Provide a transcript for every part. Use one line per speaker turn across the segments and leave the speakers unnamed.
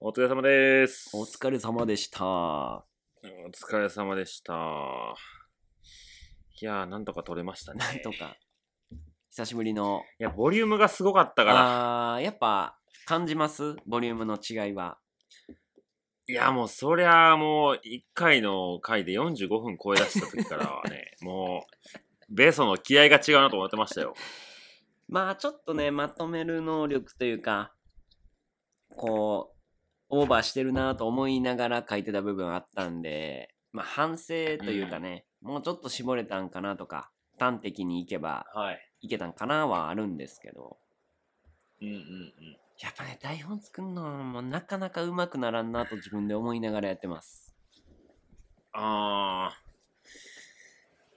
お疲れ様です。
お疲れ様でした。
お疲れ様でした。いやー、なんとか撮れましたね。
なんとか、久しぶりの。
いや、ボリュームがすごかったから。
あーやっぱ感じますボリュームの違いは。
いや、もうそりゃあもう、1回の回で45分超え出した時からはね、 もう、ベーソンの気合が違うなと思ってましたよ。
まあちょっとね、まとめる能力というか、こう、オーバーしてるなと思いながら書いてた部分あったんで、まあ反省というかね、もうちょっと絞れたんかなとか、端的にいけば
はい。
いけたんかなはあるんですけど、
うんうんうん。
やっぱね、台本作るのもなかなかうまくならんなと自分で思いながらやってます。
あ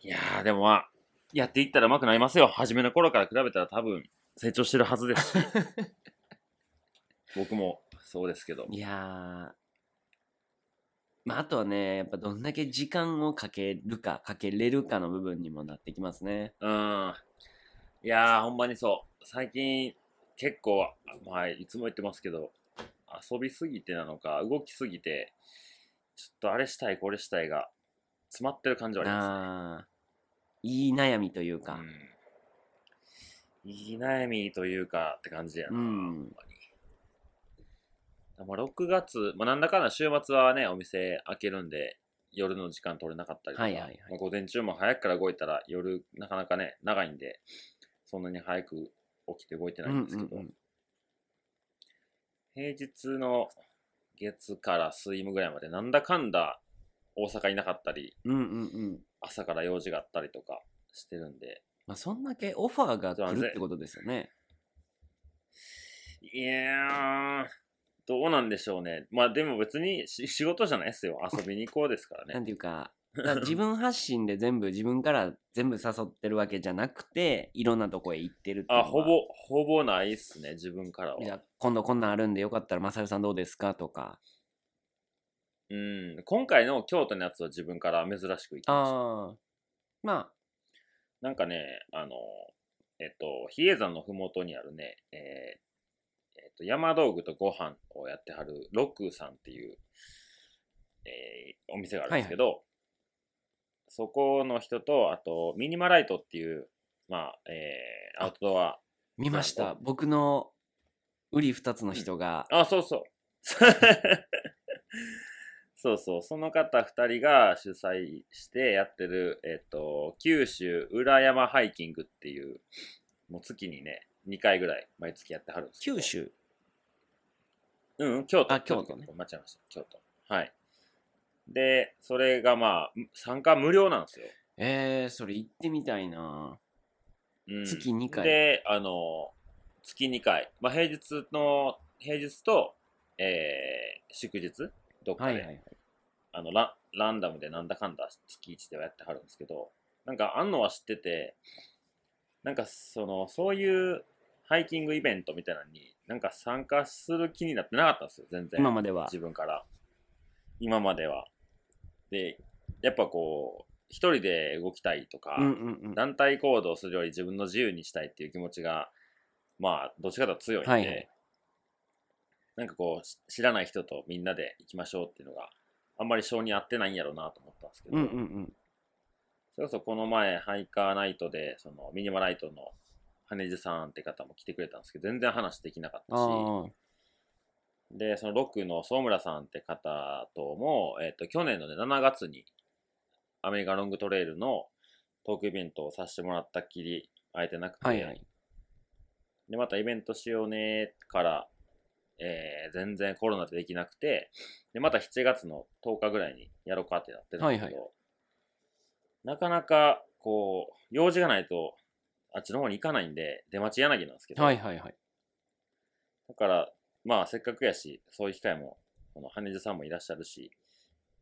ー。いやー、でもまあ、やっていったら上手くなりますよ。初めの頃から比べたら多分、成長してるはず ですし。僕も、そうですけど。
いやーまああとはねやっぱどんだけ時間をかけるかかけれるかの部分にもなってきますね
うん。いやー、ほんまにそう。最近、結構、まあ、いつも言ってますけど、遊びすぎてなのか、動きすぎて、ちょっとあれしたい、これしたいが、詰まってる感じはありま
あーいい悩みという
す
か
ね。うん。いい悩みというか、って感じや
う
な。
ん、
まあ、6月、まあ、なんだかんだ週末はね、お店開けるんで、夜の時間取れなかったりとか、
はいはいはい
まあ、午前中も早くから動いたら、夜、なかなかね、長いんで、そんなに早く起きて動いて
う
ない
ん
んですけど、
うんうん
平日の月から水務ぐらいまで、なんだかんだ大阪いなかったり、
うんうんうん
朝から用事があったりとかしてるんで、
まあそんだけオファーが来るってことですよね
いやー、どうなんでしょうね。まあでも別にし仕事じゃないですよ。遊びに行こうですから
なん
ね。
ていうかだから自分発信で全部自分から全部誘ってるわけじゃなくていろんなとこへ行ってるっていう
あ、
のは
ほぼ、ほぼないっすね、自分から
い
は。
や今度こんなんあるんでよかったらまさよさんどうですかとか
うん、今回の京都のやつは自分から珍しく行きました。
ああまあ
なんかね、あの、えっと、比叡山のふもとにあるね、えーえっと、山道具とご飯をやってはるロックさんっていう、えーお店があるんですけど、そこの人と、あと、ミニマライトっていう、まあ、えーアウトドア。
見まし
な
た
んか
僕の売り2つの人が、
あ、そうそう。そうそう。その方2人が主催してやってる、えっと、九州裏山ハイキングっていう、もう月にね、2回ぐらい毎月やってはるんですけど
九州
うんうん、京都。
あ京都ね
間違えました。京都。はい。で、それがまあ、む参加無料なんですよ。
えー、それ行ってみたいな
うん
月2回
で、あの、月2回。まあ、平日の、平日と、えー祝日、どっか
は
で、
いはいはい
あのラ、ランダムでなんだかんだ月1ではやってはるんですけど、なんかあんのは知ってて、なんかその、そういうハイキングイベントみたいなのに、なんか参加する気になってなかったんですよ、全然。
今までは
自分から今まではでやっぱこう一人で動きたいとか、
うんうんうん
団体行動するより自分の自由にしたいっていう気持ちがまあどっちかというと強いんで、
はいはい
なんかこうし知らない人とみんなで行きましょうっていうのがあんまり性に合ってないんやろうなと思ったんですけど、
うんうんうん
それこそこの前ハイカーナイトでそのミニマライトの羽地さんって方も来てくれたんですけど全然話できなかったし
あ
で、そのロックの総村さんって方とも、えっ、と、去年のね、7月に、アメリカロングトレイルのトークイベントをさせてもらったっきり、会えてなくて、
あはいはい
で、またイベントしようねから、えー全然コロナでできなくて、で、また7月の10日ぐらいにやろうかってなってるんですけど、
はい
なかなか、こう、用事がないと、あっちの方に行かないんで、出待ち柳なんですけど、
はいはいはい
だから、まあ、せっかくやし、そういう機会も、この羽地さんもいらっしゃるし、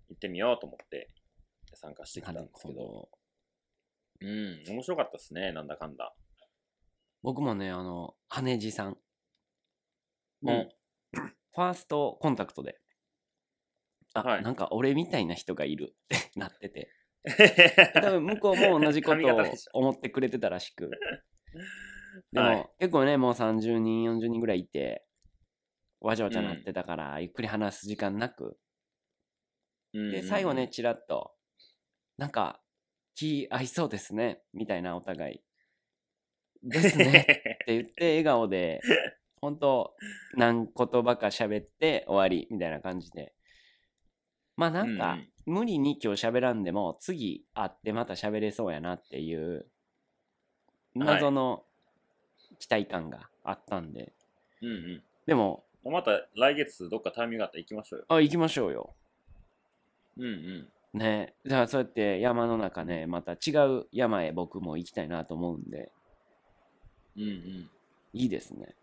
行ってみようと思って参加してきたんですけ
なる
ど、
ほ
う
ど
ん、面白かったですね、なんだかん だ。
僕もねあの羽地さん
う、
もうんファーストコンタクトであ、
はい
なんか俺みたいな人がいるってなってて多分向こうも同じこと
髪
を
型でし
思ってくれてたらし くでも、
はい
結構ねもう30人40人ぐらいいてわちゃわちゃなってたから、ゆっくり話す時間なく。
うん
で、最後ね、、ちらっと、なんか、気合いそうですね、みたいな、お互い。です ね、って言って、笑顔で、本当何言葉か喋って終わり、みたいな感じで。まあなん
う
か
ん、
無理に今日喋らんでも、次会ってまた喋れそうやなっていう、
はい
謎の期待感があったんで。
うんうん
でも、
もうまた来月どっかタイミングがあったら行きましょうよ。
あ、行きましょうよ。
うんうん。
ねじゃあそうやって山の中ねまた違う山へ僕も行きたいなと思うんで
うんうん。
いいですね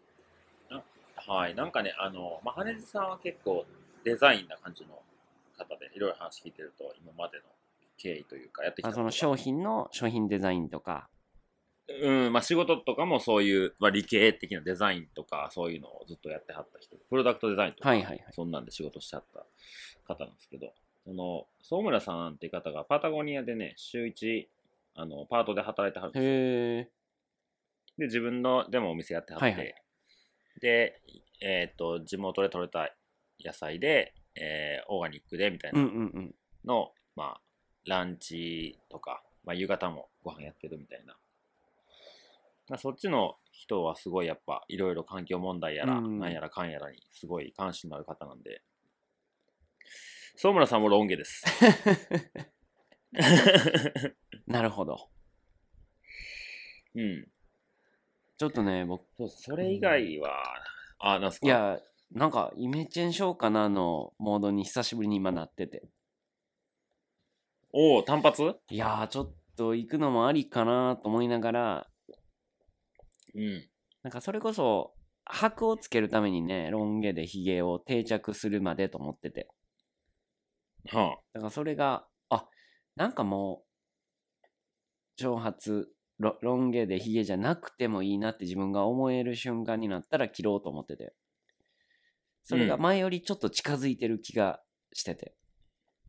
はい。なんかね、あの、まあ、羽地さんは結構デザインな感じの方で、いろいろ話聞いてると、今までの経緯というか、やってきた
あ
こと
そ
が
の商品の商品デザインとか
うん、まあ、仕事とかもそういう、まあ、理系的なデザインとか、そういうのをずっとやってはった人、プロダクトデザインとか、
はいはいはい
そんなんで仕事してはった方なんですけど、その、総村さんっていう方がパタゴニアでね、週一、あの、パートで働いてはるんですよ。
へえ
で、自分のでもお店やってはって、
はいはい
で、えーっと、地元で採れた野菜で、えーオーガニックでみたい
うん
な
うんうん
の、まあ、ランチとか、まあ、夕方もご飯やってるみたいな。まあ、そっちの人はすごいやっぱ、いろいろ環境問題やら、
うん
なんやらかんやらにすごい関心のある方なんで、総村さんもロン毛 です。
なるほど
うん。
ちょっとね僕
そうそれ以外は、あ、なんすか
いやなんかイメチェンしようかなのモードに久しぶりに今なってて
おお、単発
いやーちょっと行くのもありかなと思いながら
うん。
なんかそれこそ箔をつけるためにねロン毛でヒゲを定着するまでと思ってて
はあ。
だからそれが、あ、なんかもう、長髪、ロロン毛でヒゲじゃなくてもいいなって自分が思える瞬間になったら切ろうと思ってて。それが
うん
前よりちょっと近づいてる気がしてて。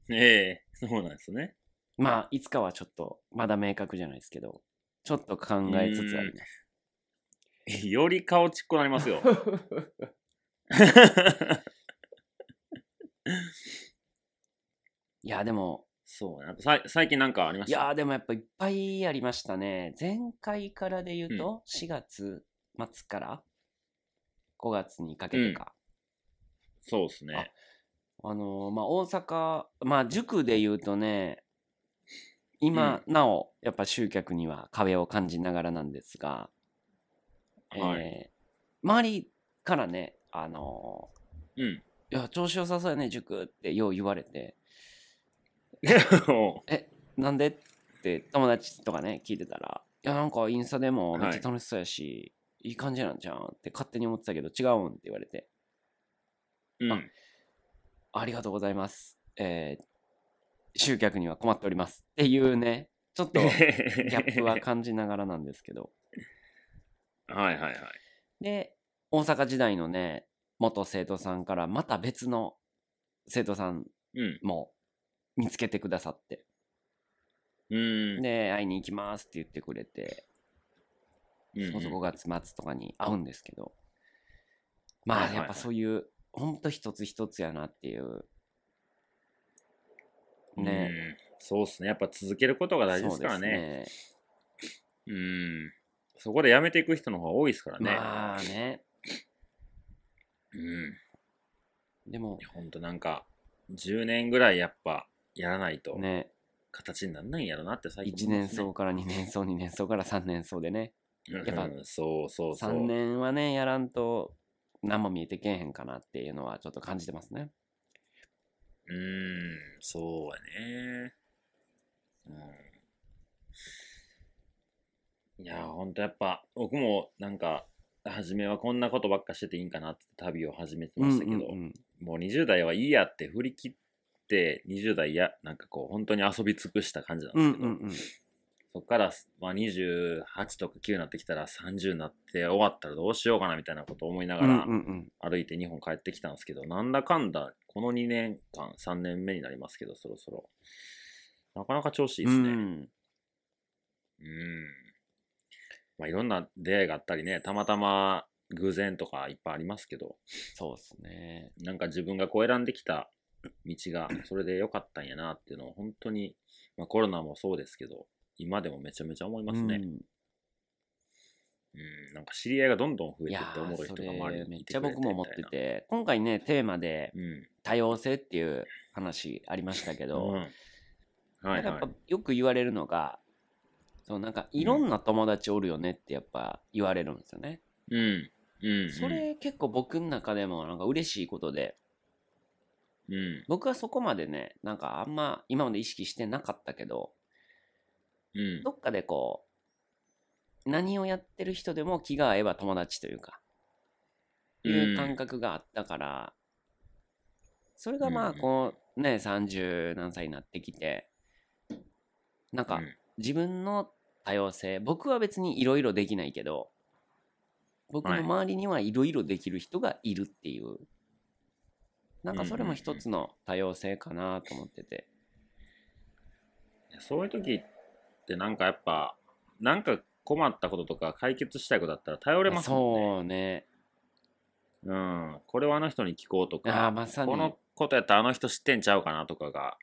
ええそうなんですね。
まあ、いつかはちょっと、まだ明確じゃないですけど、ちょっと考えつつあります。
より顔ちっこなります よ。
いや、でも、
そうやなさい最近なんかありま
い
した
やーでもやっぱいっぱいありましたね。前回からで言うと、4月末から5月にかけてか。
そうですね。
あのーまあ、大阪、まあ、塾で言うとね、今、なお、やっぱ集客には壁を感じながらなんですが、
はい。
えー周りからね、あの
うん。
ーいや、調子良さそうやね、塾ってよう言われて、なんでって友達とかね、聞いてたら、いや、なんかインスタでもめっちゃ楽しそうやし、い、い感じなんじゃんって勝手に思ってたけど、違うんって言われて、
うん。
ありがとうございます。えー集客には困っております。っていうね、ちょ っと、ギャップは感じながらなんですけど。
はいはいはい。
で、大阪時代のね、元生徒さんからまた別の生徒さん
うん。
も見つけてくださって、
うーん。
で、会いに行きますって言ってくれて、
うんうん
そこそ5月末とかに会うんですけど、ま
はいは
あ
いはい
やっぱそういう、ほんと一つ一つやなっていう、ね、
うんそうですね。やっぱ続けることが大事ですから
そう
ね。
ですね
うん。そこでやめていく人の方が多いですからね。
まあね、
うん。い
でも
や、ほんとなんか、10年ぐらいやっぱやらないと
ね、
形になんないんやろなって最近
1
思いま
年
すね、
層から2年層、2年層から3年層でね、やっぱ
うんそうそうそう。
3年はねやらんと何も見えてけえへんかなっていうのはちょっと感じてますね
うーん、そうやね。うん。いや、ほんとやっぱ、僕もなんか、初めはこんなことばっかしてていいんかなって旅を始めてましたけど、
うんうんうん
もう20代はいいやって振り切って、20代や、なんかこう、本当に遊び尽くした感じなんで
う
す
ん
けど、
うんうん
そっから、まあ、28とか9になってきたら30になって終わったらどうしようかなみたいなことを思いながら、
うんうん
歩いて日本帰ってきたんですけど、なんだかんだ、この2年間、3年目になりますけど、そろそろ。なかなか調子いいで
う
す
ん
ね。
う
うん。
ん
まあ、いろんな出会いがあったりね、たまたま偶然とかいっぱいありますけど、
そうですね。
なんか自分がこう選んできた道が、それで良かったんやなっていうのを本当に、まあコロナもそうですけど、今でもめちゃめちゃ思いますね。
うん
うん、なんか知り合いがどんどん増えて
いや
っておもろ
ー
い人
そ
が
れ
周り
め
に
っ
い
ち
て
ゃ
くれて
僕も思って
みたい
て今回ねテーマで
な。
多様性っていう話ありましたけど、
うん。うん。はい
なん
は
かやっぱよく言われるのがそうなんかいろんな友達おるよねってやっぱ言われるんですよね。
い。うん。うん。
それ結構僕の中でもなんか嬉しいことで
うん。
僕はそこまでねなんかあんま今まで意識してなかったけど
うん。
どっかでこう何をやってる人でも気が合えば友達というかいう感覚があったから、それが
う
まあ
んうん
こうね30何歳になってきてなんか
うん
自分の多様性僕は別にいろいろできないけど僕の
はい
周りにはいろいろできる人がいるっていうなんかそれも一つの多様性かなと思ってて
そういう時ってなんかやっぱ、なんか困ったこととか解決したいことだったら頼れますもんね。
そう
う
ね
ん。これはあの人に聞こうと
ああ
か、
まさに
このことやったらあの人知ってんちゃうかなとかが、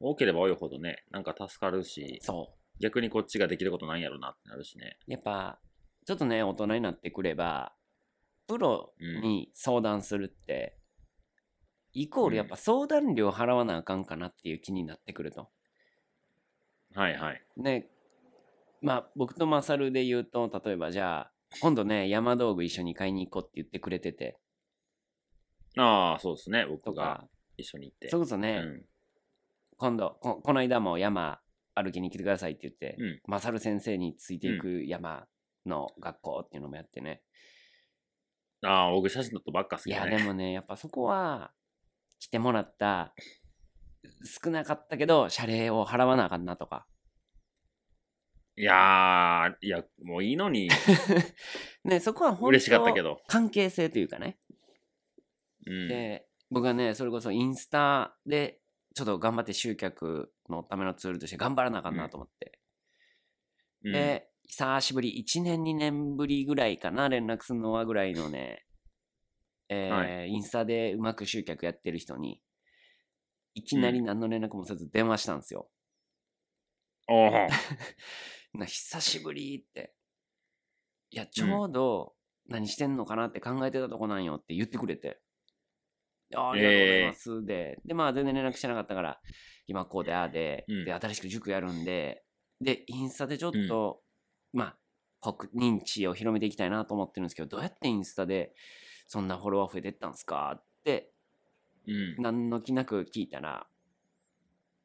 多ければ多いほどね、なんか助かるし、
そ
逆にこっちができることないんやろなってなるしね。
うやっぱちょっとね大人になってくればプロに相談するって、イコールやっぱ相談料払わなあかんかなっていう気になってくると。
はいはい。
ねまあ僕とマサルで言うと例えばじゃあ今度ね山道具一緒に買いに行こうって言ってくれてて
ああ、そうですね。
と
僕が
か
一緒に行って。
それこそうね、
ん。
今度ここの間も山歩きに来てくださいって言って、
うん
マサル先生についていく山の学校っていうのもやってね、
ああ、僕写真撮ったばっかっす
い
けど
や
ね。
でもねやっぱそこは来てもらった少なかったけど謝礼を払わなあかんなとか
いやー、いや、もういいのに、
ねそこは本
嬉しかったけ
当
ど。
関係性というかね
うん。
で僕はねそれこそインスタでちょっと頑張って集客のためのツールとして頑張らなあかんなと思って、
うん、
で久しぶり1年2年ぶりぐらいかな連絡するのはぐらいのね、えーインスタでうまく集客やってる人にいきなり何の連絡もせず電話したんですよ、
おー
な久しぶりっていやちょうど何してんのかなって考えてたとこなんよって言ってくれて、あありがとうございます、ででまあ全然連絡してなかったから今こうでああで,、
うん
で新しく塾やるんででインスタでちょっと、まあ国認知を広めていきたいなと思ってるんですけどどうやってインスタでそんなフォロワー増えてったんですかって
うん。
何の気なく聞いたら、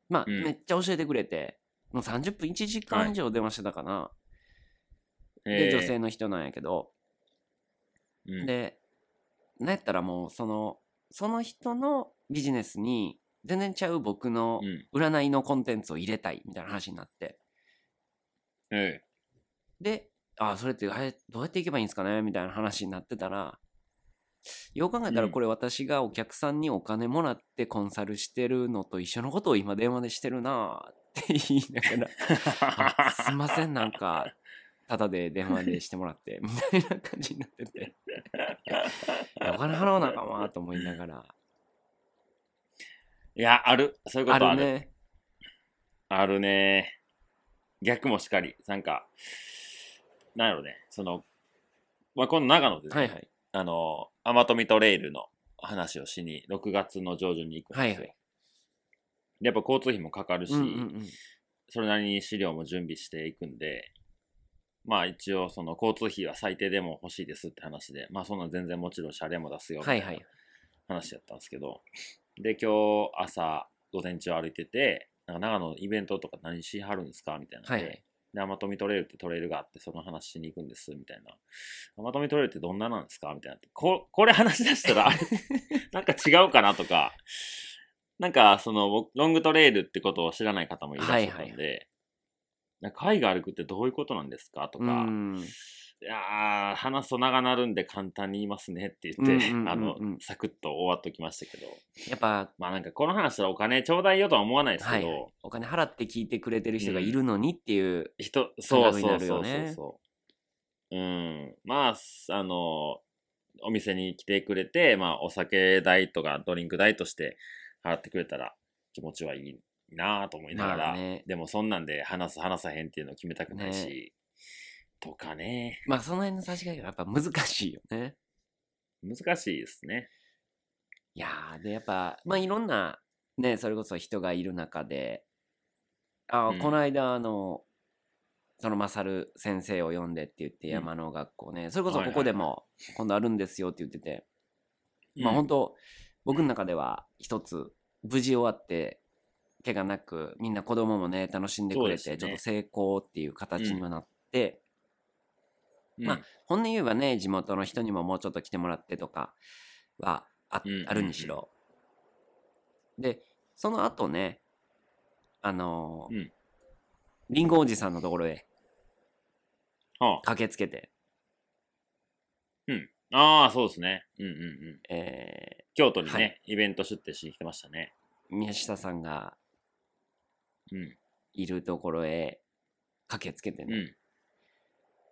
まあ、
うん
めっちゃ教えてくれて、もう30分1時間以上電話してたかな。
え
で、
ー
女性の人なんやけど、
うん
で、なんやったらもう、その、その人のビジネスに、全然ちゃう僕の
うん。
占いのコンテンツを入れたいみたいな話になって、
え
で、ああ、それって、あれ、どうやっていけばいいんですかねみたいな話になってたら、よう考えた
う
ら
ん
これ私がお客さんにお金もらってコンサルしてるのと一緒のことを今電話でしてるなあって言いながらあ すいません、なんか、ただで電話でしてもらって、みたいな感じになってて。いやお金払わなあかんわと思いながら。
いや、ある。そういうこと
あ
ある。あ
る
るね。
ね。
逆もしかり。なんか、なんやろね。その、まあ、この長野で、ね
はいはい。
あの、アマトミトレイルの話をしに、6月の上旬に行くん
は
で
い
すよ。
はい。
でやっぱ交通費もかかるし、
うんうん
それなりに資料も準備していくんで、まあ一応その交通費は最低でも欲しいですって話で、まあそんなん全然もちろん謝礼も出す
う
よみ
ん。は
た
い
い
は。
ない話だったんですけど、で今日朝午前中歩いてて、なんか長野のイベントとか何しはるんですかみたいな。
はいはい。
で、アマトミトレイルってトレイルがあって、その話しに行くんです、みたいな。アマトミトレイルってどんななんですかみたいな。ここれ話し出したら、あれなんか違うかなとか、なんかその、僕ロングトレイルってことを知らない方もいらっしゃったんで、
はいは
なんか海外歩くってどういうことなんですかと
う
か、
ん。
いやー話すと長なるんで簡単に言いますねって言って、
うんうんうんう ん
あの、サクッと終わっときましたけど、
やっぱ、
まあなんかこの話はお金ちょうだいよとは思わないです
は
け
い
ど、
はい。お金払って聞いてくれてる人がいるのにっていう。
人、
感
そう
覚に
そ
な
う
る
そ
よ
うそう
ね
そう。うん。まあ、すあの、お店に来てくれて、まあ、お酒代とかドリンク代として払ってくれたら気持ちはいいなぁと思いながら、
まあね
でもそんなんで話す話さへんっていうのを決めたくないし、とかね、
まあその辺の差し替えがやっぱ難しいよね。
難しいですね。
いやーでやっぱまあいろんなねそれこそ人がいる中であ、
うん
この間あのそのマサル先生を読んでって言って
うん
山の学校ね、それこそ
はい
こ
はい
こでも今度あるんですよって言ってて、まあ
うん
本当僕の中では一つ無事終わって怪我なくみんな子供もね楽しんでくれ
そう
て、
です
ち
ね
ょっと成功っていう形にはなって。
うん
まあ本音言えばね地元の人にももうちょっと来てもらってとかはあ,、
うんうんうん
あるにしろでその後ねあのー
うん
リンゴおじさんのところへ
は
駆けつけて、
あ、ああ、そうですね。うんうんうん。
え
京都にね、
はい
イベント出店してきてましたね。
ー宮下さんが
うん。
いるところへ駆けつけてね、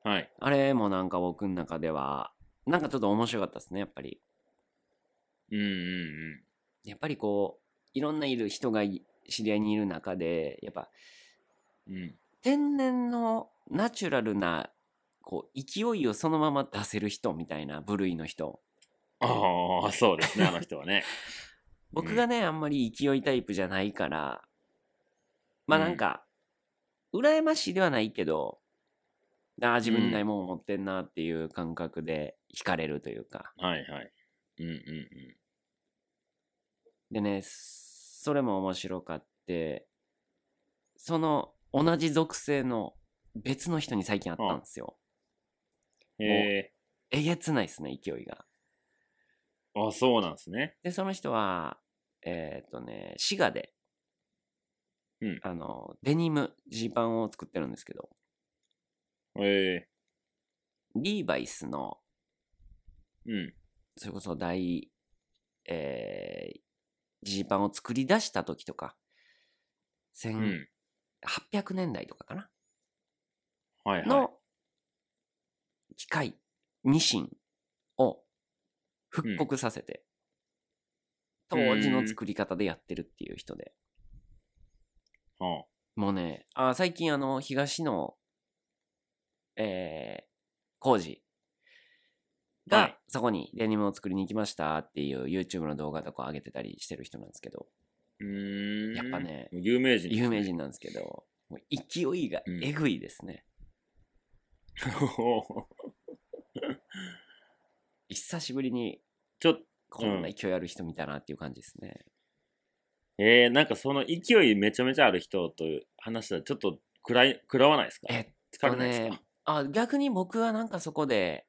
うん。はい。
あれもなんか僕の中ではなんかちょっと面白かったですねやっぱり
うんうん
やっぱりこういろんないる人がい知り合いにいる中でやっぱ
うん。うん。
天然のナチュラルなこう勢いをそのまま出せる人みたいな部類の人
ああ、そうですね、あの人はね。
僕がね、あんまり勢いタイプじゃないからまあなんか、羨ましいではないけどああ自分にないもんを持ってんなっていう感覚で惹かれるというか
はいはい。うんうん
でねそれも面白かってその同じ属性の別の人に最近会ったんですよ、
うん。え
えげつないですね勢いが
えあそうなんですね。
で、その人は、えーっとね、滋賀で、
うん
あの、デニム、ジーパンを作ってるんですけど、
ええ
リーバイスの、
うん。
それこそ大、えージーパンを作り出した時とか、
う
1800
ん。
年代とかかな、
はいはい。
の機械、ミシンを復刻させて、
うん
当時の作り方でやってるっていう人で、
は
もうね、あ最近あの、東の、えー、工事が、
はい
そこにデニムを作りに行きましたっていう YouTube の動画とか上げてたりしてる人なんですけど、
うーん。
やっぱね
もう有名人、
有名。人なんですけど、もう勢いがえぐいですね。久しぶりに
ちょっと、
こんな勢いある人見たなっていう感じですね。
ええなんかその勢いめちゃめちゃある人と話したらちょっと食らい、食らわないですか
えっ
疲れないですか、
ねあ、逆に僕はなんかそこで、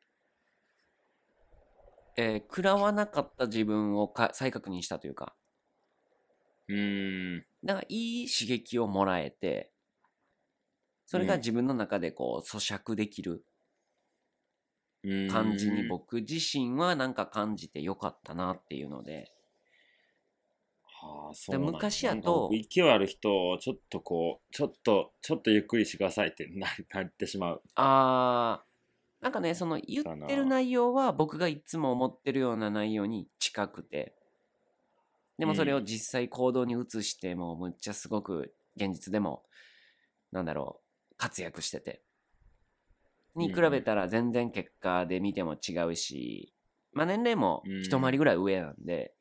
えー、食らわなかった自分をか再確認したというか、
うーん。
だからいい刺激をもらえて、それが
うん
自分の中でこう咀嚼できる
うーん
感じに僕自身はなんか感じてよかったなっていうので、
はあ、そうなんだ
で昔やと
なんか僕勢いある人をちょっとこうちょっとちょっとゆっくりしてくださいってななってしまう
あー、なんかね、その言ってる内容は僕がいつも思ってるような内容に近くて、でもそれを実際行動に移して、もうむっちゃすごく現実でも、なんだろう、活躍してて。に比べたら全然結果で見ても違うし、まあ年齢も一回りぐらい上なんで、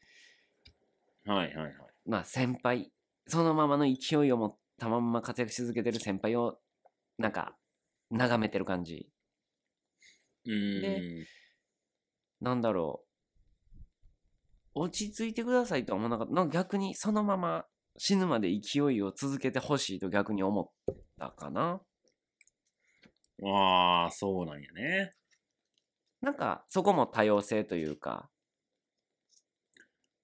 はいはいはい
まあ先輩、そのままの勢いを持ったまんま活躍し続けてる先輩を、なんか、眺めてる感じ。
うーん
なんだろう。落ち着いてくださいとは思わなかった。なんか逆にそのまま死ぬまで勢いを続けてほしいと逆に思ったかな。
ああそうなんやね
なんかそこも多様性というか、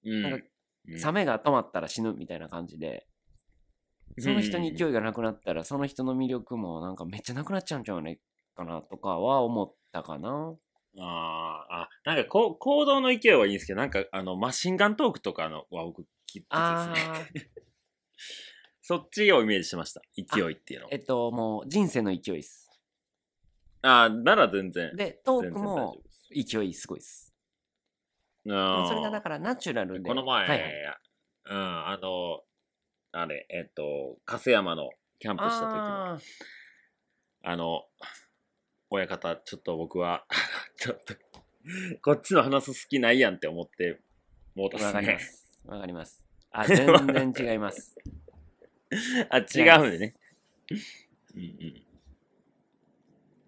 うん
なんか
うん
サメが止まったら死ぬみたいな感じで、その人に勢いがなくなったらその人の魅力もなんかめっちゃなくなっちゃうんちゃうねかなとかは思ったかな。
あーあなんかこう行動の勢いはいいんですけどなんかあのマシンガントークとかのは僕きつい
あ
ですね
あ、
そっちをイメージしました勢いっていうの
えっともう人生の勢いです。
ああーなら全然
で、ト
全
ーク
然大丈
も
夫です
勢いすごいです。
うん
それがだからナチュラルで。
この前、
はいはい
うん、あの、あれ、えっと、笠山のキャンプした時の、あ
あー
の、親方、ちょっと僕は、 ちょっと、こっちの話す好きないやんって思って、もうたっ
わ
す
かりま
ね。
す。わかります。 あ、全然違います。
あ、違うんでね。うんうん。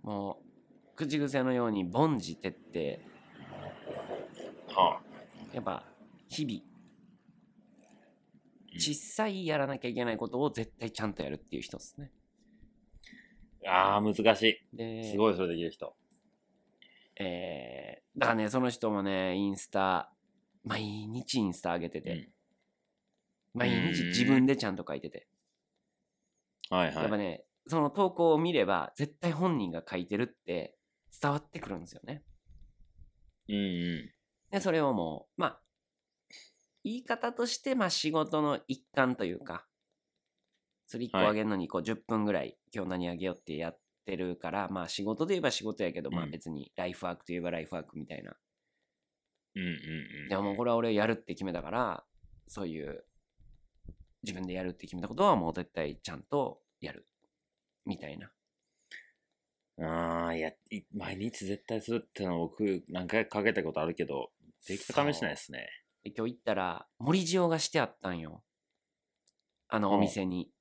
もう、口癖のように、凡事徹底。
は
やっぱ、日々
うん。
小さいやらなきゃいけないことを絶対ちゃんとやるっていう人ですね。
あ、あー難しい。
で、
すごい、それできる人。
えー、だからね、その人もね、インスタ、毎日インスタ上げてて、毎日自分でちゃんと書いてて、
うんはいは
やっぱ
い。
ね、その投稿を見れば、絶対本人が書いてるって伝わってくるんですよね。
うんう
で、それをもう、まあ、言い方として、まあ、仕事の一環というか、それ1個
はい
あげるのに、こう、10分ぐらい、今日何あげようってやってるから、まあ、仕事で言えば仕事やけど、ま
う
あ、
ん
別に、ライフワークといえばライフワークみたいな。
ん。うんうんうん。
でも、もうこれは俺やるって決めたから、そういう、自分でやるって決めたことは、もう絶対ちゃんとやる。みたいな。
ああ、いや、い毎日絶対するってのは僕何回かかけたことあるけど、できた試しないですね。
で今日行ったら、森塩がしてあったんよ。あの、お店に。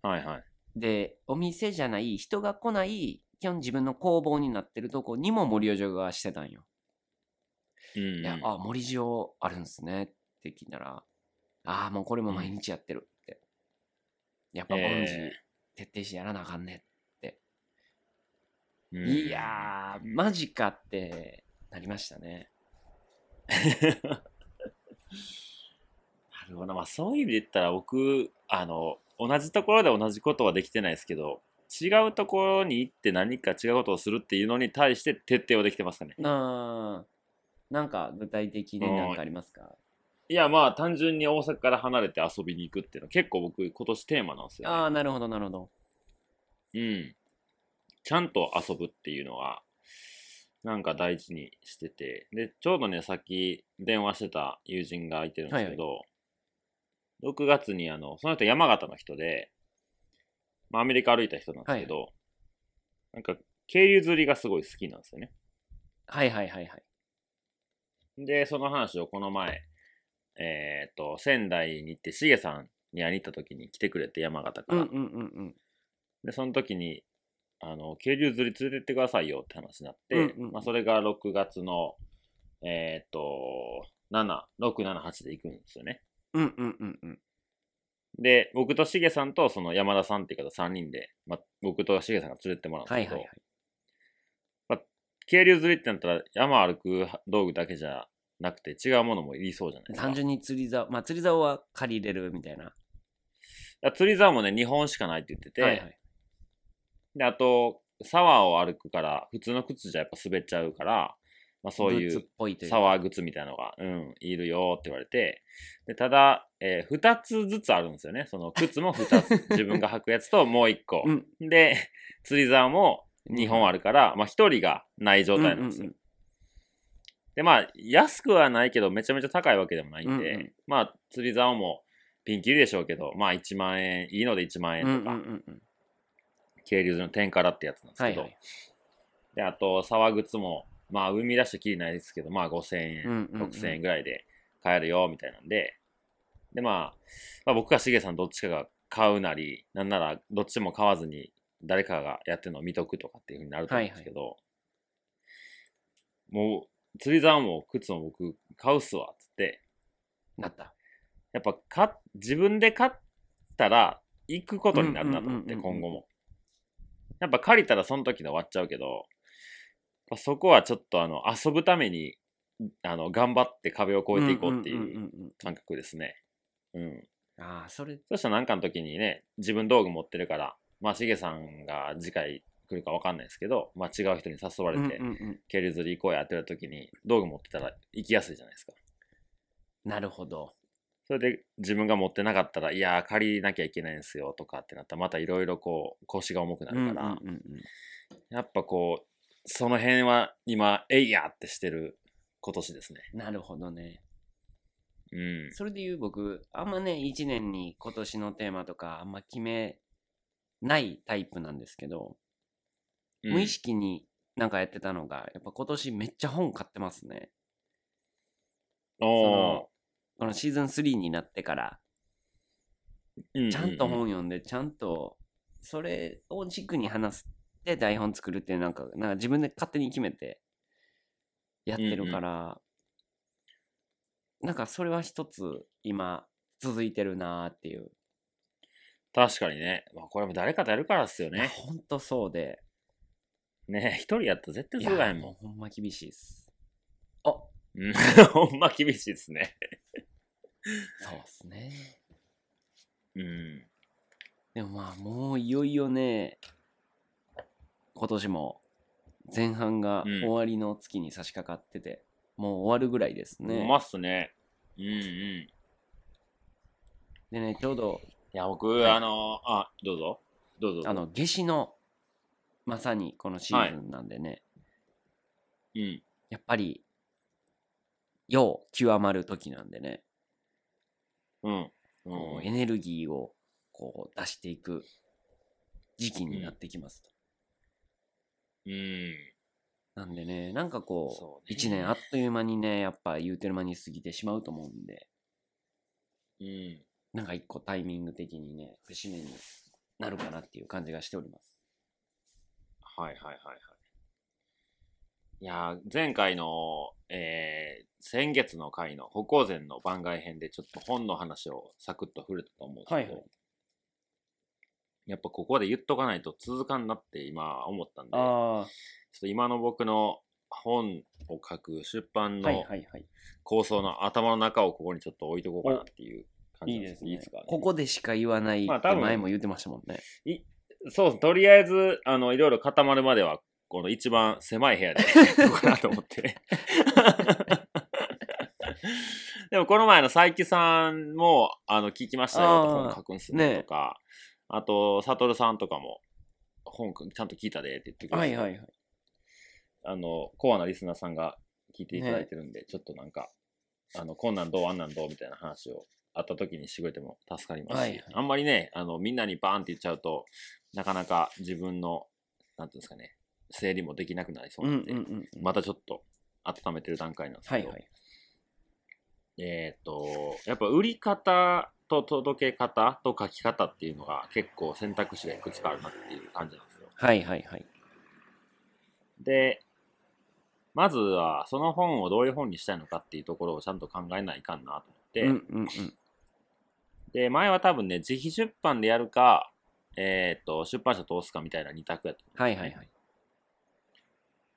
はいはい。
で、お店じゃない、人が来ない、基本自分の工房になってるとこにも森尾城がしてたんよ。
うんうん、
いや、あ、森城あるんすねって聞いたら、ああ、もうこれも毎日やってるって。やっぱ凡事
え
徹底してやらなあかんね。
うん
いやー、マジかってなりましたね。
なるほど。まあそういう意味で言ったら僕、あの、同じところで同じことはできてないですけど、違うところに行って何か違うことをするっていうのに対して徹底はできてますかね。
なあ、なんか具体的になんかありますか
いや、まあ単純に大阪から離れて遊びに行くっていうのは結構僕今年テーマなんですよ、ね。
ああ、なるほど、なるほど。
うん。ちゃんと遊ぶっていうのは、なんか大事にしてて。で、ちょうどね、さっき電話してた友人がいてるんですけど、6月にあの、その人山形の人で、まあ、アメリカ歩いた人なんですけど、なんか、渓流釣りがすごい好きなんですよね。
はいはいはいはい。
で、その話をこの前、えっ、と、仙台に行って、しげさんに会いに行った時に来てくれて、山形か
うん
ら。
うんうんうん。
で、その時に、あの、渓流釣り連れてってくださいよって話になって、
うんうん
まあ、それが6月の、えーっと、7、6、7、8で行くんですよね。
うんうんうんうん。
で、僕としげさんと、その山田さんっていう方3人で、まあ、僕としげさんが連れてってもらうん
は
で
い
すけ
はい
ど
はい、。
渓流釣りってなったら山歩く道具だけじゃなくて違うものもいりそうじゃないですか。
単純に釣り竿、まあ釣り竿は借りれるみたいな。
だから釣り竿もね、2本しかないって言ってて、
はいはい、
で、あと、沢を歩くから、普通の靴じゃやっぱ滑っちゃうから、まあそういう
ブーツっぽいというか
サワーグッズみたいなのが、うん、いるよって言われて、でただ、えー、2つずつあるんですよね。その靴も2つ。 自分が履くやつともう1個
う。ん、
で、釣り竿も2本あるから、まあ1人がない状態なんですよ。
うんうん
で、まあ、安くはないけど、めちゃめちゃ高いわけでもないんで、
うんうん
まあ、釣り竿もピンキリでしょうけど、まあ1万円、いいので1万
う
円
んうん
とか、
うんうん
渓流の天からってやつなんです
は
け
い
ど、
はい。
で、あと、沢靴も、まあ、海出したきりないですけど、まあ、5000円、
うんうんうん
6000円ぐらいで買えるよ、みたいなんで、で、まあ、まあ、僕かしげさんどっちかが買うなり、なんならどっちも買わずに誰かがやってるのを見とくとかっていうふうになると思うんですけど、もう、釣り竿も靴も僕買うっすわ、つって、
なった。
やっぱか、自分で買ったら行くことになるなと思っ
う
て、
んうんうんうんう
今
ん
後も。やっぱ借りたらその時で終わっちゃうけど、まあそこはちょっとあの、遊ぶために、あの、頑張って壁を越えていこうって
んん
いうん
うん
感覚ですね。うん。
うんああ、それ、
そしたらなんかの時にね、自分道具持ってるから、まあ、しげさんが次回来るかわかんないですけど、まあ、違う人に誘わ
う
れ
んうん
て
う、ん
渓流釣り行こうやってる時に、道具持ってたら行きやすいじゃないですか。
なるほど。
それで自分が持ってなかったら、いやー、借りなきゃいけないんですよとかってなったら、またいろいろこう、腰が重くなるから、
うんうんうんうん
やっぱこう、その辺は今、えいやってしてる今年ですね。
なるほどね。
うん。
それで言う僕、あんまね、1年に今年のテーマとか、あんま決めないタイプなんですけど、
うん
無意識になんかやってたのが、やっぱ今年めっちゃ本買ってますね。そ
おー
のこのシーズン3になってから、
うう
ちゃんと本読んで、ちゃんと、それを軸に話すって台本作るっていうなんか、なんか自分で勝手に決めてやってるから、なんかそれは一つ今続いてるなーっていう。
確かにね。まあ、これも誰かとやるからっすよ
いや
ね。
ほんとそうで。
ね 一人やったら絶対
い
そうだよ
や、
も。
もうほんま厳しいっす。あそう
うん ほんま厳しいですね。
っすね。
うん。
でもまあもういよいよね、今年も前半が
うん
終わりの月に差し掛かってて、もう終わるぐらいですね。
うまっすね。うんうん。
でね、ちょうど、
いや、僕、
い
あのあ、どうぞ。どうぞ。
あの、夏至の、まさにこのシーズンなんでね、
うん。
やっぱり、よう極まる時なんでね、
うん。う
こうんエネルギーをこう出していく時期になってきますと。
うん。
なんでね、なんかこ
そう
う、
ね
一、年あっという間にね、やっぱ言うてる間に過ぎてしまうと思うんで、
うん。
なんか一個タイミング的にね、節目になるかなっていう感じがしております。
はいはいはいはい。いやー、前回の、えー、先月の回の歩行前の番外編でちょっと本の話をサクッと触れたと思うんですけど、
はいはい
やっぱここで言っとかないと続かんなって今思ったんで、ちょっ
あ
と今の僕の本を書く出版
あ、はい
の
はいはい。
構想の頭の中をここにちょっと置いとこうかなっていう感じ
いい
なん
です
い
ね
いですか、ね、
ここでしか言わないって
まあ多分
前も言ってましたもんね。
そう、とりあえず、あの、いろいろ固まるまでは、この一番狭い部屋で行こうかなと思って。 でも、この前の佐伯さんも、あの、聞きましたよ、
あー
本書くんすね、とか、あと、サトルさんとかも、本ちゃんと聞いたでって言ってくれて、
はいはいはい。
あの、コアなリスナーさんが聞いていただいてるんで、ちょっとなんか、あの、こんなんどう、あんなんどうみたいな話をあった時にしてくれても助かりますし、
はいはい
あんまりね、あの、みんなにバーンって言っちゃうと、なかなか自分の、なんていうんですかね、整理もできなくなりそう
うんう
なんんで、
うんうん。
またちょっと温めてる段階なんです
は
け
い
ど、
はい。
えっ、と、やっぱ売り方と届け方と書き方っていうのが結構選択肢がいくつかあるなっていう感じなんですよ。
はいはいはい。
で、まずはその本をどういう本にしたいのかっていうところをちゃんと考えないかんなと思って、
うんうんうん。
で、前は多分ね、自費出版でやるか、えっ、と、出版社通すかみたいな二択やった。
はいはいはい。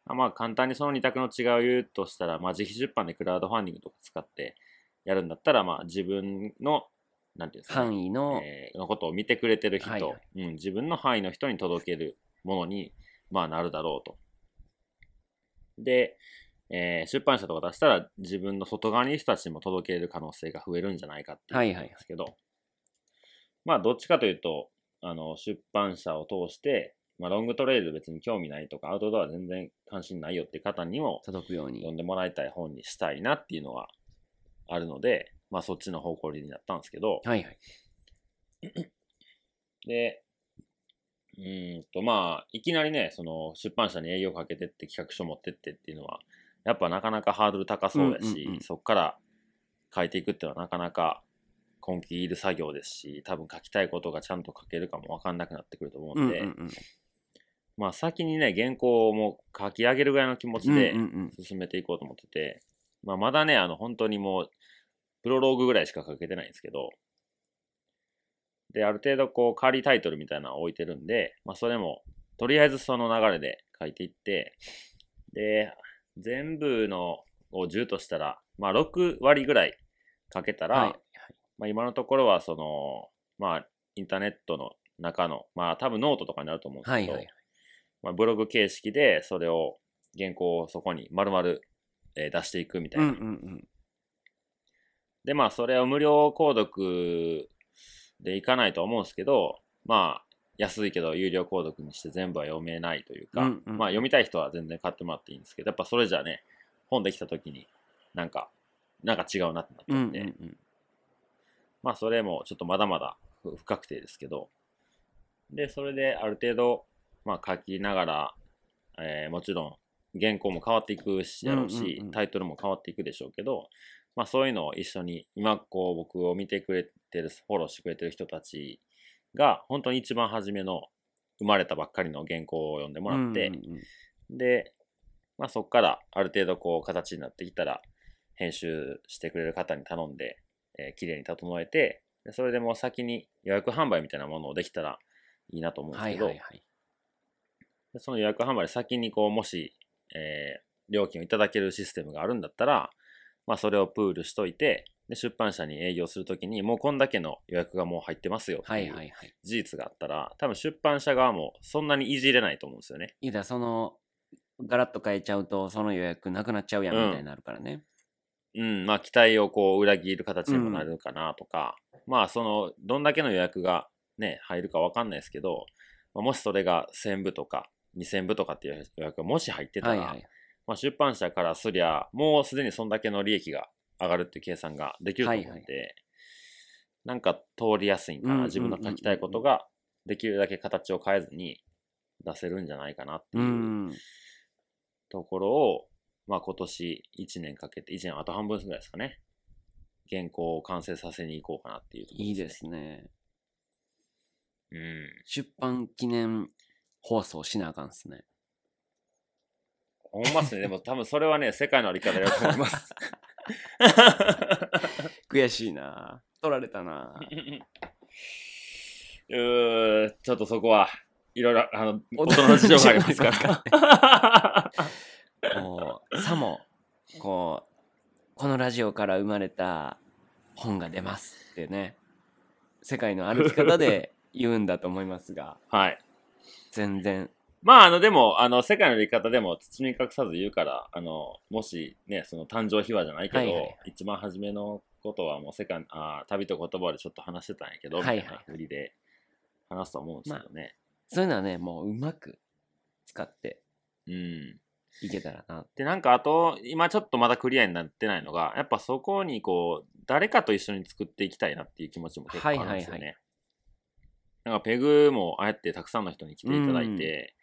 あまあ、簡単にその二択の違いを言うとしたら、まあ、自費出版でクラウドファンディングとか使ってやるんだったら、まあ、自分の、なんていうんですかね、
範囲の、
えーのことを見てくれてる人、
はいはい
うん、自分の範囲の人に届けるものに、まあ、なるだろうと。で、えー出版社とか出したら自分の外側にいる人たちにも届ける可能性が増えるんじゃないかっていう
は
こと
いはい
な
はい
んですけど、まあどっちかというとあの出版社を通して、まあ、ロングトレイル別に興味ないとかアウトドア全然関心ないよって方にも
届くように。
読んでもらいたい本にしたいなっていうのはあるので、まあそっちの方向になったんですけど、
はいはい。
で、うーんと、まあ、いきなりね、その、出版社に営業かけてって企画書持ってってっていうのは、やっぱなかなかハードル高そうやし、
うんうんうん
そっから書いていくっていうのはなかなか根気いる作業ですし、多分書きたいことがちゃんと書けるかもわかんなくなってくると思う
うん
ん
うん
で、
うん。
まあ先にね、原稿をもう書き上げるぐらいの気持ちで、
うんうん
進めていこうと思ってて、まあ、まだね、あの、本当にもう、プロローグぐらいしか書けてないんですけど、で、ある程度こう、仮タイトルみたいなのを置いてるんで、まあ、それも、とりあえずその流れで書いていって、で、全部のを10としたら、まあ、6割ぐらい書けた
うん。
ら、
はい
まあ、今のところは、その、まあ、インターネットの中の、まあ、多分ノートとかになると思うんです
は
け
い
ど、
はい。
まあ、ブログ形式でそれを原稿をそこに丸々、えー出していくみたい
うん
な、
うんうん。
でまあそれを無料購読でいかないと思うんですけどまあ安いけど有料購読にして全部は読めないというか、
うんうん
まあ読みたい人は全然買ってもらっていいんですけどやっぱそれじゃね本できた時に、なんか、なんか違うなってなった
うんん
で、
うん
まあそれもちょっとまだまだ不不確定ですけど、で、それである程度、まあ書きながら、えーもちろん原稿も変わっていくし、やろうし、
うんうんうん
タイトルも変わっていくでしょうけど、まあそういうのを一緒に、今こう僕を見てくれてる、フォローしてくれてる人たちが、本当に一番初めの生まれたばっかりの原稿を読んでも
う
ら
ん。
って、
うんうんうん
で、まあ、そこからある程度こう形になってきたら編集してくれる方に頼んで、えー、綺麗に整えてでそれでもう先に予約販売みたいなものをできたらいいなと思うんです
は
け
い
ど、
はいはい。
でその予約販売で先にこうもし、えー料金をいただけるシステムがあるんだったら、まあ、それをプールしといてで出版社に営業するときにもうこんだけの予約がもう入ってますよって
はいいは
う
いはい。
事実があったら多分出版社側もそんなにいじれないと思うんですよね。
いざその、ガラッと変えちゃうと、その予約なくなっちゃうやんみ
うん
たいになるからね。
うん、まあ期待をこう裏切る形にもなるかなとか、まあその、どんだけの予約がね、入るかわかんないですけど、まあもしそれが1000部とか2000部とかっていう予約がもし入ってた
は
ら、
いはい。
まあ出版社からすりゃ、もうすでにそんだけの利益が上がるっていう計算ができると思うんで、
はいはい
なんか通りやすいんか
うんうん
な、
うん
自分の書きたいことができるだけ形を変えずに出せるんじゃないかなって
う
いう。
ん。
ところを、まあ、今年1年かけて、1年あと半分ぐらいですかね。原稿を完成させに行こうかなっていうところ
いいですすね。
ね。
出版記念放送しなあかんっすね。
うん。ほんまっすね。でも多分それはね、世界のあり方だと 思い ます。
悔しいな。取られたな。
うーちょっとそこは、いろいろ、あの、大
大人
人
の
の事
事情
情
が
が
あ
あ
り
り
ま
ますす
か
からら。
こう、さも、こう、このラジオから生まれた本が出ますってね、世界の歩き方で言うんだと思いますが、
はい。
全然。
まあ、あの、でも、あの、世界の言い方でも包み隠さず言うから、あの、もしね、その誕生秘話じゃないけど、
はいはいはい
一番初めのことはもう世界の、あー旅と言葉でちょっと話してたんやけど、
はいはい
みたいな振りで話すと思うんですけどね。
そういうのはね、もううまく使って
うん。
いけたらな。
で、なんかあと、今ちょっとまだクリアになってないのが、やっぱそこにこう、誰かと一緒に作っていきたいなっていう気持ちも結構あるんですよね。
はいはい
なんかペグもああやってたくさんの人に来ていただいて、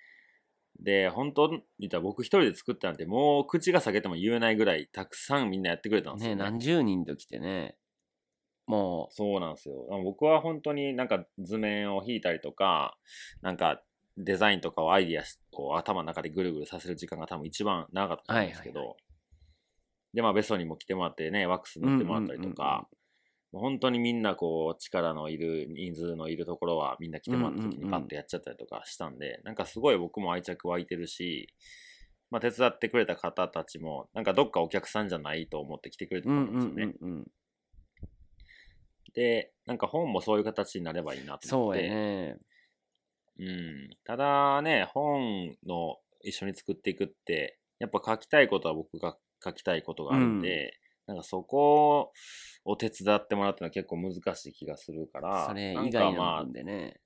で、本当に言ったら僕一人で作ったなんてもう口が裂けても言えないぐらいたくさんみんなやってくれたんです
ね、
よね。
何十人と来てね、もう、
そうなんですよ。あの僕は本当になんか図面を引いたりとか、なんかデザインとかをアイディアを頭の中でぐるぐるさせる時間が多分一番長かったんですけど、
はい
で、まあベソにも来てもらってね、ワックス塗ってもらったりとか、もう本当にみんなこう力のいる人数のいるところはみんな来てもらった時
うんうんう
に
ん
パッとやっちゃったりとかしたんで、なんかすごい僕も愛着湧いてるし、まあ手伝ってくれた方たちも、なんかどっかお客さんじゃないと思って来てくれて
う
た
ん
んですよ
う
ね。
んうんうん。
で、なんか本もそういう形になればいいなと
そ
思っ
う
て。
やね。
うん。ただね、本の一緒に作っていくって、やっぱ書きたいことは僕が書きたいことがあるんで、なんかそこを手伝ってもらうってのは結構難しい気がするから、
それ
なんか
以外
ま
の
あ
ん、でね。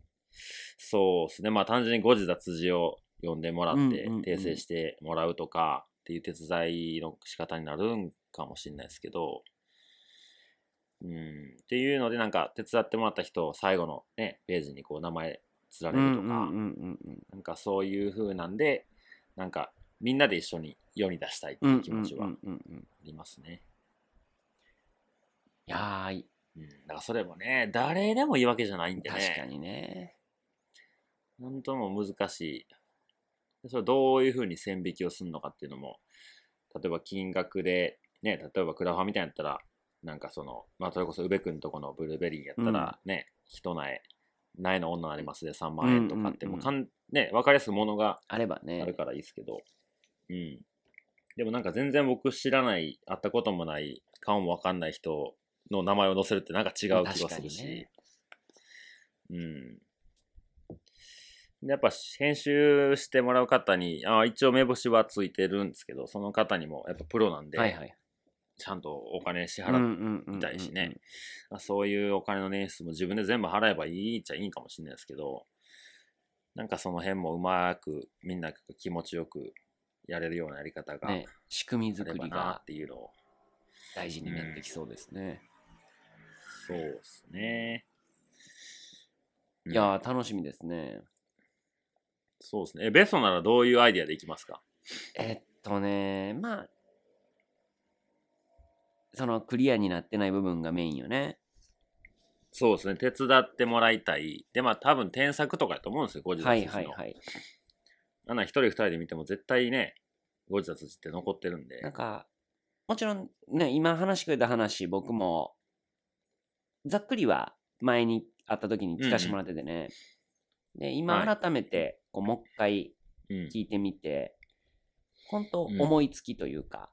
そうですね。まあ単純に誤字脱字を読んでもら
うん
っ
う
て
んうん、
訂正してもらうとかっていう手伝いの仕方になるんかもしれないですけど、うん、っていうのでなんか手伝ってもらった人を最後のね、ページにこう名前つら
う
れる
んう
と
ん
か、
うんうん。
なんかそういう風なんで、なんかみんなで一緒に世に出したいっていう気持ちはあ
うんうんうんうん
りますね。
いやー、
うん、だからそれもね、誰でもいいわけじゃないんでね。
確かにね。
本当もう難しい。でそれどういうふうに線引きをするのかっていうのも、例えば金額で、ね、例えばクラファンみたいなやったら、なんかその、まあ、それこそ宇部くんとこのブルーベリーやったら、ね、人苗、苗の女になりますで3万円とかって、
うんうんう
もう
ん
かん、ね、わかりやすくものが
あればね。
あるからいいですけど、うん。でもなんか全然僕知らない、会ったこともない、顔もわかんない人の名前を載せるってなんか違う気がする
確か
し、
にね
うん。でやっぱ編集してもらう方に、あ一応目星はついてるんですけど、その方にもやっぱプロなんで、
はいはい。
ちゃんとお金支
うん
払っ
うんうん
みたいしね。まあそういうお金の捻出も自分で全部払えばいいっちゃいいんかもしれないですけど、なんかその辺もうまくみんな気持ちよくやれるようなやり方があ
ね
れ、
仕組み作
ば
り
な
が
っていうのを。
大事になってきそうですね。
そうですね。うん
いやー、楽しみですね。
そうですね。えベストならどういうアイディアでいきますか
えっとね、まあ、そのクリアになってない部分がメインよね。
そうですね。手伝ってもらいたい。で、まあ多分添削とかやと思うんですよ、ゴジラ
は
ツ
い
ジの。
はいはい。
なんなら一人二人で見ても絶対ね、ゴジラツジって残ってるんで。
なんか、もちろんね、今話してくれた話、僕も、ざっくりは前に会った時に聞かせてもらっててね。で、今
は
改めて、こう、もう一回
うん
聞いてみて、本当
うん
思いつきというか、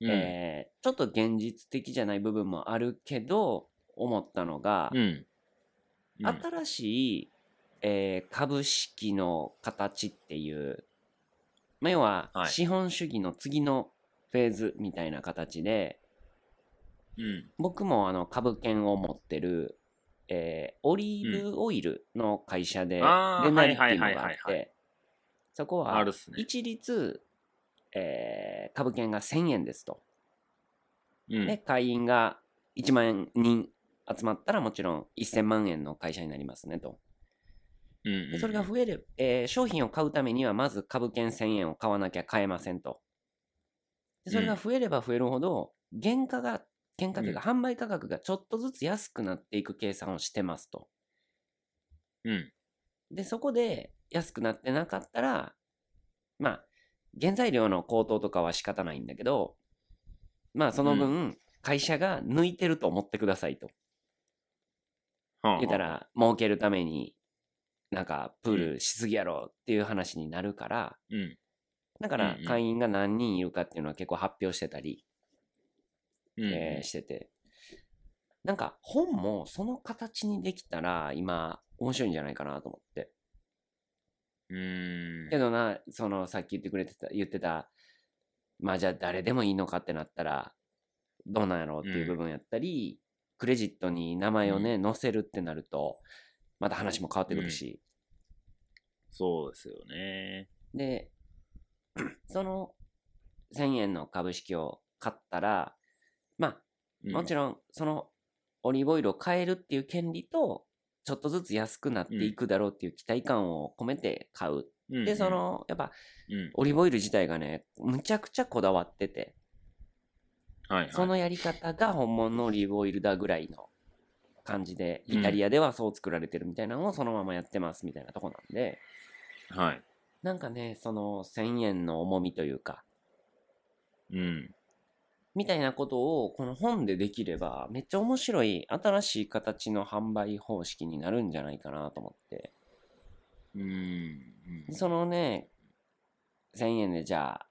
うん
えーちょっと現実的じゃない部分もあるけど、思ったのが、
うん。うん
新しい、えー株式の形っていう、まあ、要は
はい
資本主義の次のフェーズみたいな形で、
うん。
僕もあの株券を持ってる、えーオリーブオイルの会社で、
あー
レナリっていうのが
はい
あ
はい
っ
はいはいは
て、そこ
あ
は
るっすね。
一律、えー株券が1000円ですと。
うん
で、会員が1万人集まったらもちろん1000万円の会社になりますねと。
うんうんう
で
ん
それが増える、えー商品を買うためにはまず株券1000円を買わなきゃ買えませんと。でそれが増えれば増えるほど、原価が、原価というか販売価格がちょっとずつ安くなっていく計算をしてますと。
うん。
で、そこで安くなってなかったら、まあ、原材料の高騰とかは仕方ないんだけど、まあその
う
分、会社が抜いてると思ってくださいと。
はあ
言った、ら、儲けるために、なんか、プールしすぎやろっていう話になるから、
うん。
だから
うんうん
会員が何人いるかっていうのは結構発表してたり、
うんうん
えーしててなんか本もその形にできたら今面白いんじゃないかなと思って
うーん。
けどなそのさっき言ってくれてた言ってたまあじゃあ誰でもいいのかってなったらどうなんやろうっていう部分やったり、クレジットに名前をね載せるってなるとまた話も変わってくるし、
そうですよね。
で、その1000円の株式を買ったら、まあ、もち
ろん。
ろん、そのオリーブオイルを買えるっていう権利と、ちょっとずつ安くなっていくだろうっていう期待感を込めて買う。
うんうん
で、そ、の、やっぱ、
うん。
オリーブオイル自体がね、むちゃくちゃこだわってて、
はい、はい。
そのやり方が本物のオリーブオイルだぐらいの感じで、
うん
イタリアではそう作られてるみたいなのをそのままやってますみたいなとこなんで、
はい。
なんかね、その1000円の重みというか、
うん。
みたいなことをこの本でできればめっちゃ面白い新しい形の販売方式になるんじゃないかなと思って
うん。うん
でそのね1000円でじゃあ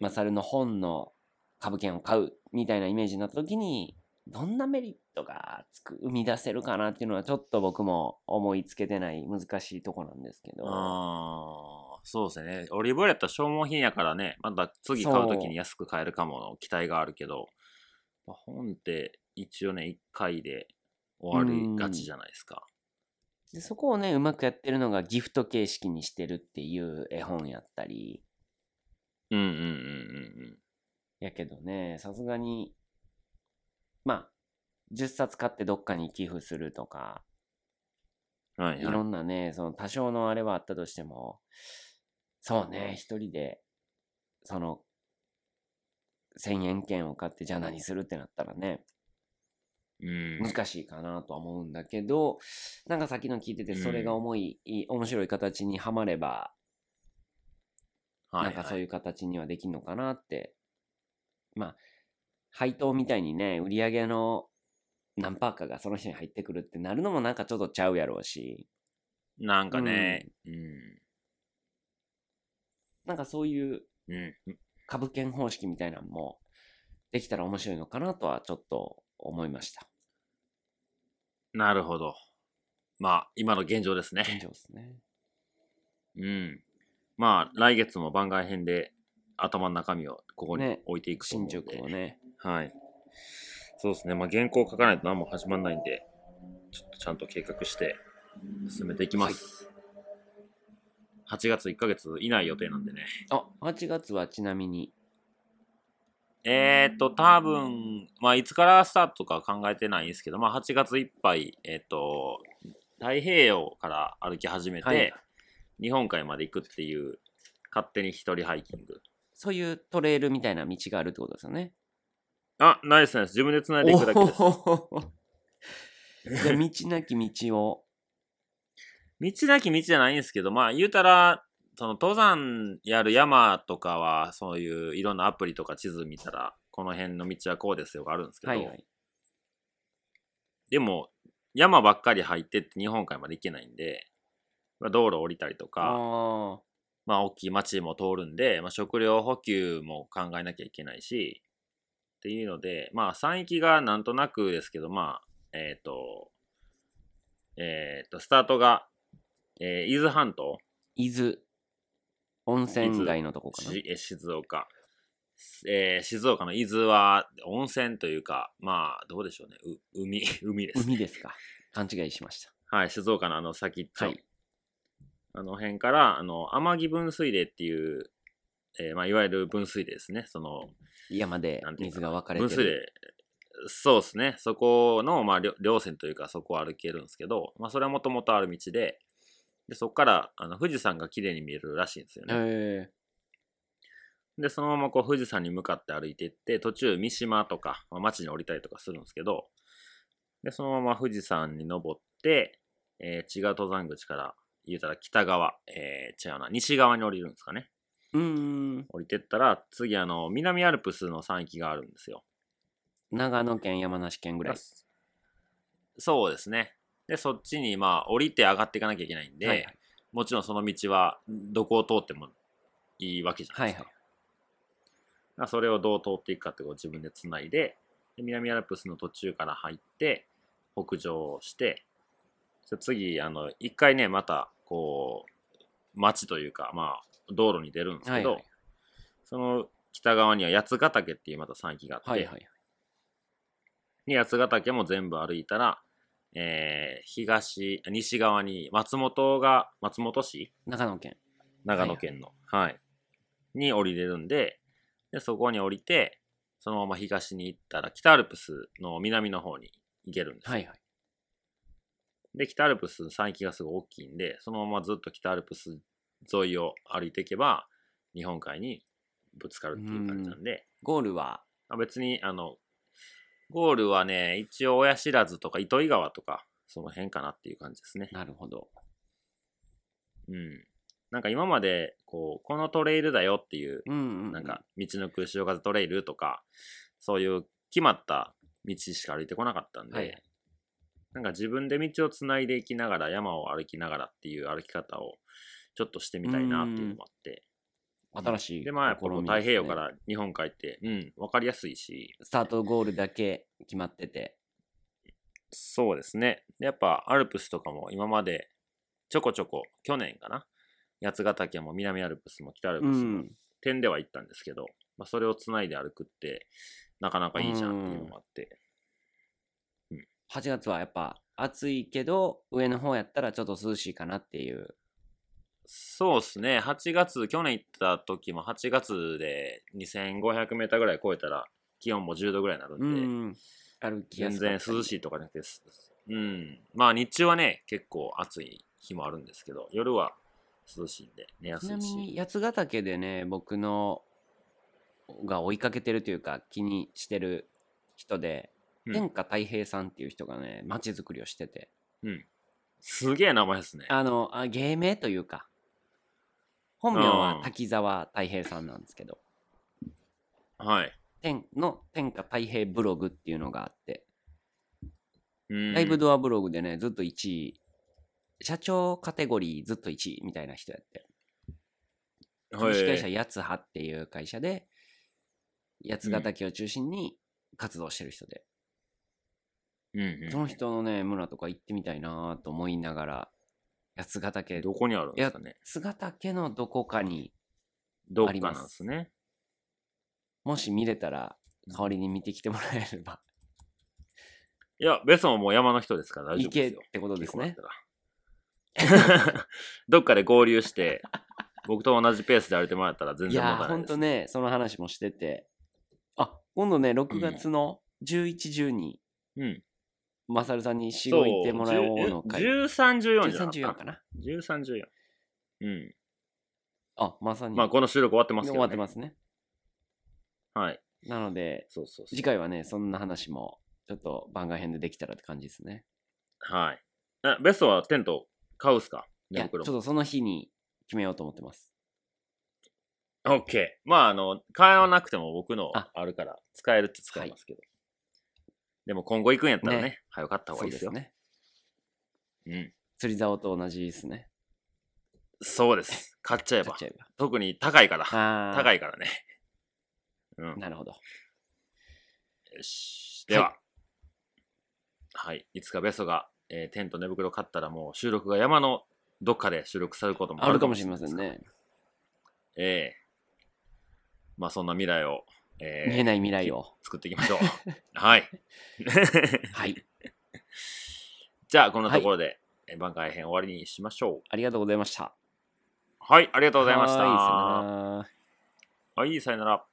マサルの本の株券を買うみたいなイメージになった時にどんなメリットがつく生み出せるかなっていうのはちょっと僕も思いつけてない難しいとこなんですけど
ああ、そうですね。オリーブオイルやったら消耗品やからね、また次買うときに安く買えるかもの期待があるけど、まあ本って一応ね、1回で終わりがちじゃないですか。
でそこをねうまくやってるのがギフト形式にしてるっていう絵本やったり
うんうんうんうん
やけどね、さすがに、まあ、10冊買ってどっかに寄付するとか、
うん。はいいはい。
ろんなね、その多少のあれはあったとしても、そうね、一人で、その、1000円券を買って、じゃあ何するってなったらね、
うん。
難しいかなとは思うんだけど、なんかさっきの聞いてて、それが重い、い面白い形にはまれば、
は
ないん
は
かそう
い
いう形にはできるのかなって。まあ、配当みたいにね、売り上げの何パーかがその人に入ってくるってなるのもなんかちょっとちゃうやろうし、
なんかね、うん。
なんかそういう
うん。
株券方式みたいなのもできたら面白いのかなとはちょっと思いました。
なるほど。まあ、今の現状ですね。
以上ですね。
うん。まあ、来月も番外編で頭の中身をここに
ね
置いていくと思う
進
んで、
捗をね。
はい。そうですね。まあ、原稿を書かないと何も始まらないんで、ちょっとちゃんと計画して進めていきます。 8月1ヶ月いない予定なんでね。
あ、8月はちなみに。
えー、っと、多分、まあ、いつからスタートか考えてないんですけど、まあ、8月いっぱい、えっと、太平洋から歩き始めて、
はい
日本海まで行くっていう、勝手に一人ハイキング。
そういうトレイルみたいな道があるってことですよね。
あ、ないですね。自分で繋いでいくだけです。
お ーじゃあ道なき道を。
道なき道じゃないんですけど、まあ言うたら、その登山やる山とかは、そういういろんなアプリとか地図見たら、この辺の道はこうですよがあるんですけど、
はいはい。
でも山ばっかり入ってって日本海まで行けないんで、まあ、道路降りたりとか、
あ
まあ大きい町も通るんで、まあ食料補給も考えなきゃいけないし、っていうので、まあ山域がなんとなくですけど、まあ、えっ、と、えっ、と、スタートが、えー伊豆半島、
ー伊豆。温泉街のとこかな。
しえ静岡、えー静岡の伊豆は温泉というかまあどうでしょうねう海 海です
海ですか。勘違いしました。
はい静岡のあの先っちょ、
はい
あの辺からあの天城分水嶺っていう、えーまあ、いわゆる分水嶺ですねその
山で
なんていうか
水が分かれ
分
て
水
る。
嶺そうですねそこの、まあ、りょ稜線というかそこを歩けるんですけど、まあ、それはもともとある道ででそこからあの富士山が綺麗に見えるらしいんですよね、
え
で、そのままこう富士山に向かって歩いていって、途中三島とか、まあ、町に降りたりとかするんですけど、で、そのまま富士山に登って、えー違う登山口から言うたら北側、えー違うな、西側に降りるんですかね。
ー、うーん。
降りてったら、次あの、南アルプスの山域があるんですよ。
長野県、山梨県ぐらい。
そうですね。で、そっちにまあ降りて上がっていかなきゃいけないんで、
はいはい
もちろんその道はどこを通ってもいいわけじゃないで
はい
すか。
はい。
まあそれをどう通っていくかっていうのを自分でつないでで南アルプスの途中から入って北上してそ次あの一回ねまたこう町というかまあ道路に出るんですけど、
はいはい
その北側には八ヶ岳っていうまた山域があって、
はいはい。
で八ヶ岳も全部歩いたら、えー東西側に松本が松本市
長野県。
長野県の、はいに降りれるんででそこに降りてそのまま東に行ったら北アルプスの南の方に行けるんですよ、
はいはい。
で北アルプス山域がすごい大きいんでそのままずっと北アルプス沿いを歩いていけば日本海にぶつかるっていう感じなんで、
ゴールは、
まあ別にあのゴールはね一応親不知とか糸魚川とかその辺かなっていう感じですね
なるほど。
うんなんか今までこうこのトレイルだよっていう
うんうん。
なんか、道のく潮風トレイルとか、そういう決まった道しか歩いてこなかったんで、
はいはい
なんか自分で道をつないでいきながら、山を歩きながらっていう歩き方をちょっとしてみたいなっていうのもあって、
新しい。
で、まあ、この太平洋か。ら日本海って、うん、わかりやすいし、
スタートゴールだけ決まってて。
そうですね。でやっぱアルプスとかも今までちょこちょこ、去年かな、八ヶ岳も南アルプスも北アルプスも、。点では行ったんですけど、まあ、それをつないで歩くってなかなかいいじゃんっていうのもあって、
8月はやっぱ暑いけど上の方やったらちょっと涼しいかなっていう
そうですね8月去年行った時も8月で 2500m ぐらい超えたら気温も10度ぐらいになるんで、
うん歩きや
全
すか
然
ったり
涼しいとかじゃなくてすうんまあ日中はね結構暑い日もあるんですけど夜は涼しいんで寝や
ち
す
ないみ
し
に八ヶ岳でね僕のが追いかけてるというか気にしてる人で、
うん
天下太平さんっていう人がね街づくりをしてて
すげえ名前ですね
あのあ芸名というか本名は滝沢太平さんなんですけど
はい
天の天下太平ブログっていうのがあって
うん
ライブドアブログでね、ずっと1位。社長カテゴリーずっと1位みたいな人やって。
は
株式会社
い
やつはっていう会社で、八ヶ岳を中心に活動してる人で、
うんうん
その人のね、村とか行ってみたいなと思いながら、八ヶ岳、
どこにあるんですかね
八ヶ岳のどこかに、
どっ
あ
か
り
な
ます
んですね
もし見れたら、代わりに見てきてもらえれば、
いやベソンももう山の人ですから大丈夫で
行け
す
っ
よ
てことですね
結構。だ どっかで合流して、僕と同じペースで歩いてもらったら全
い
然
や
問
ー、
題
ほ
ない
ん
です。
とね、その話もしてて。あ、今度ね、6月の11、12、
うん。
マサルさんに仕事行ってもらおうの
か
会。
13、14じゃなか
13、
った
14かな。
13、14。うん。
あ、まさに。
まあ、この収録終わってますけど、ね。
終わってますね。
はい。
なので、
そうそうそう
次回はね、そんな話も、ちょっと番外編でできたらって感じですね。
はい。え、ベストはテント買うっすか
い
寝
や、ちょ
袋
っ。とその日に決めようと思ってます。
オッケー。まあ、あの、買わなくても僕の
あ
あるから、使えるって使いますけど。でも今後行くんやったらね、早く買った方がいいですよ。
ね。
うん。
釣り竿と同じですね。
そうです。買っちゃえば
買っ。ちゃえば。
特に高いから。
あー
高いからね。うん。
なるほど。
よし。では、はい、い、つかベストが、えーテント寝袋買ったらもう収録が山のどっかで収録されることも
あるかもしれません
ですから。
ね。
ええまあそんな未来を、ええ
見えない未来を。
作っていきましょう。 はい。
はい。
じゃあ、こんなところで、えー番外編終わりにしましょう。
ありがとうございました。
はい、ありがと
あ
うございました。
さよなら。
はい、さよなら。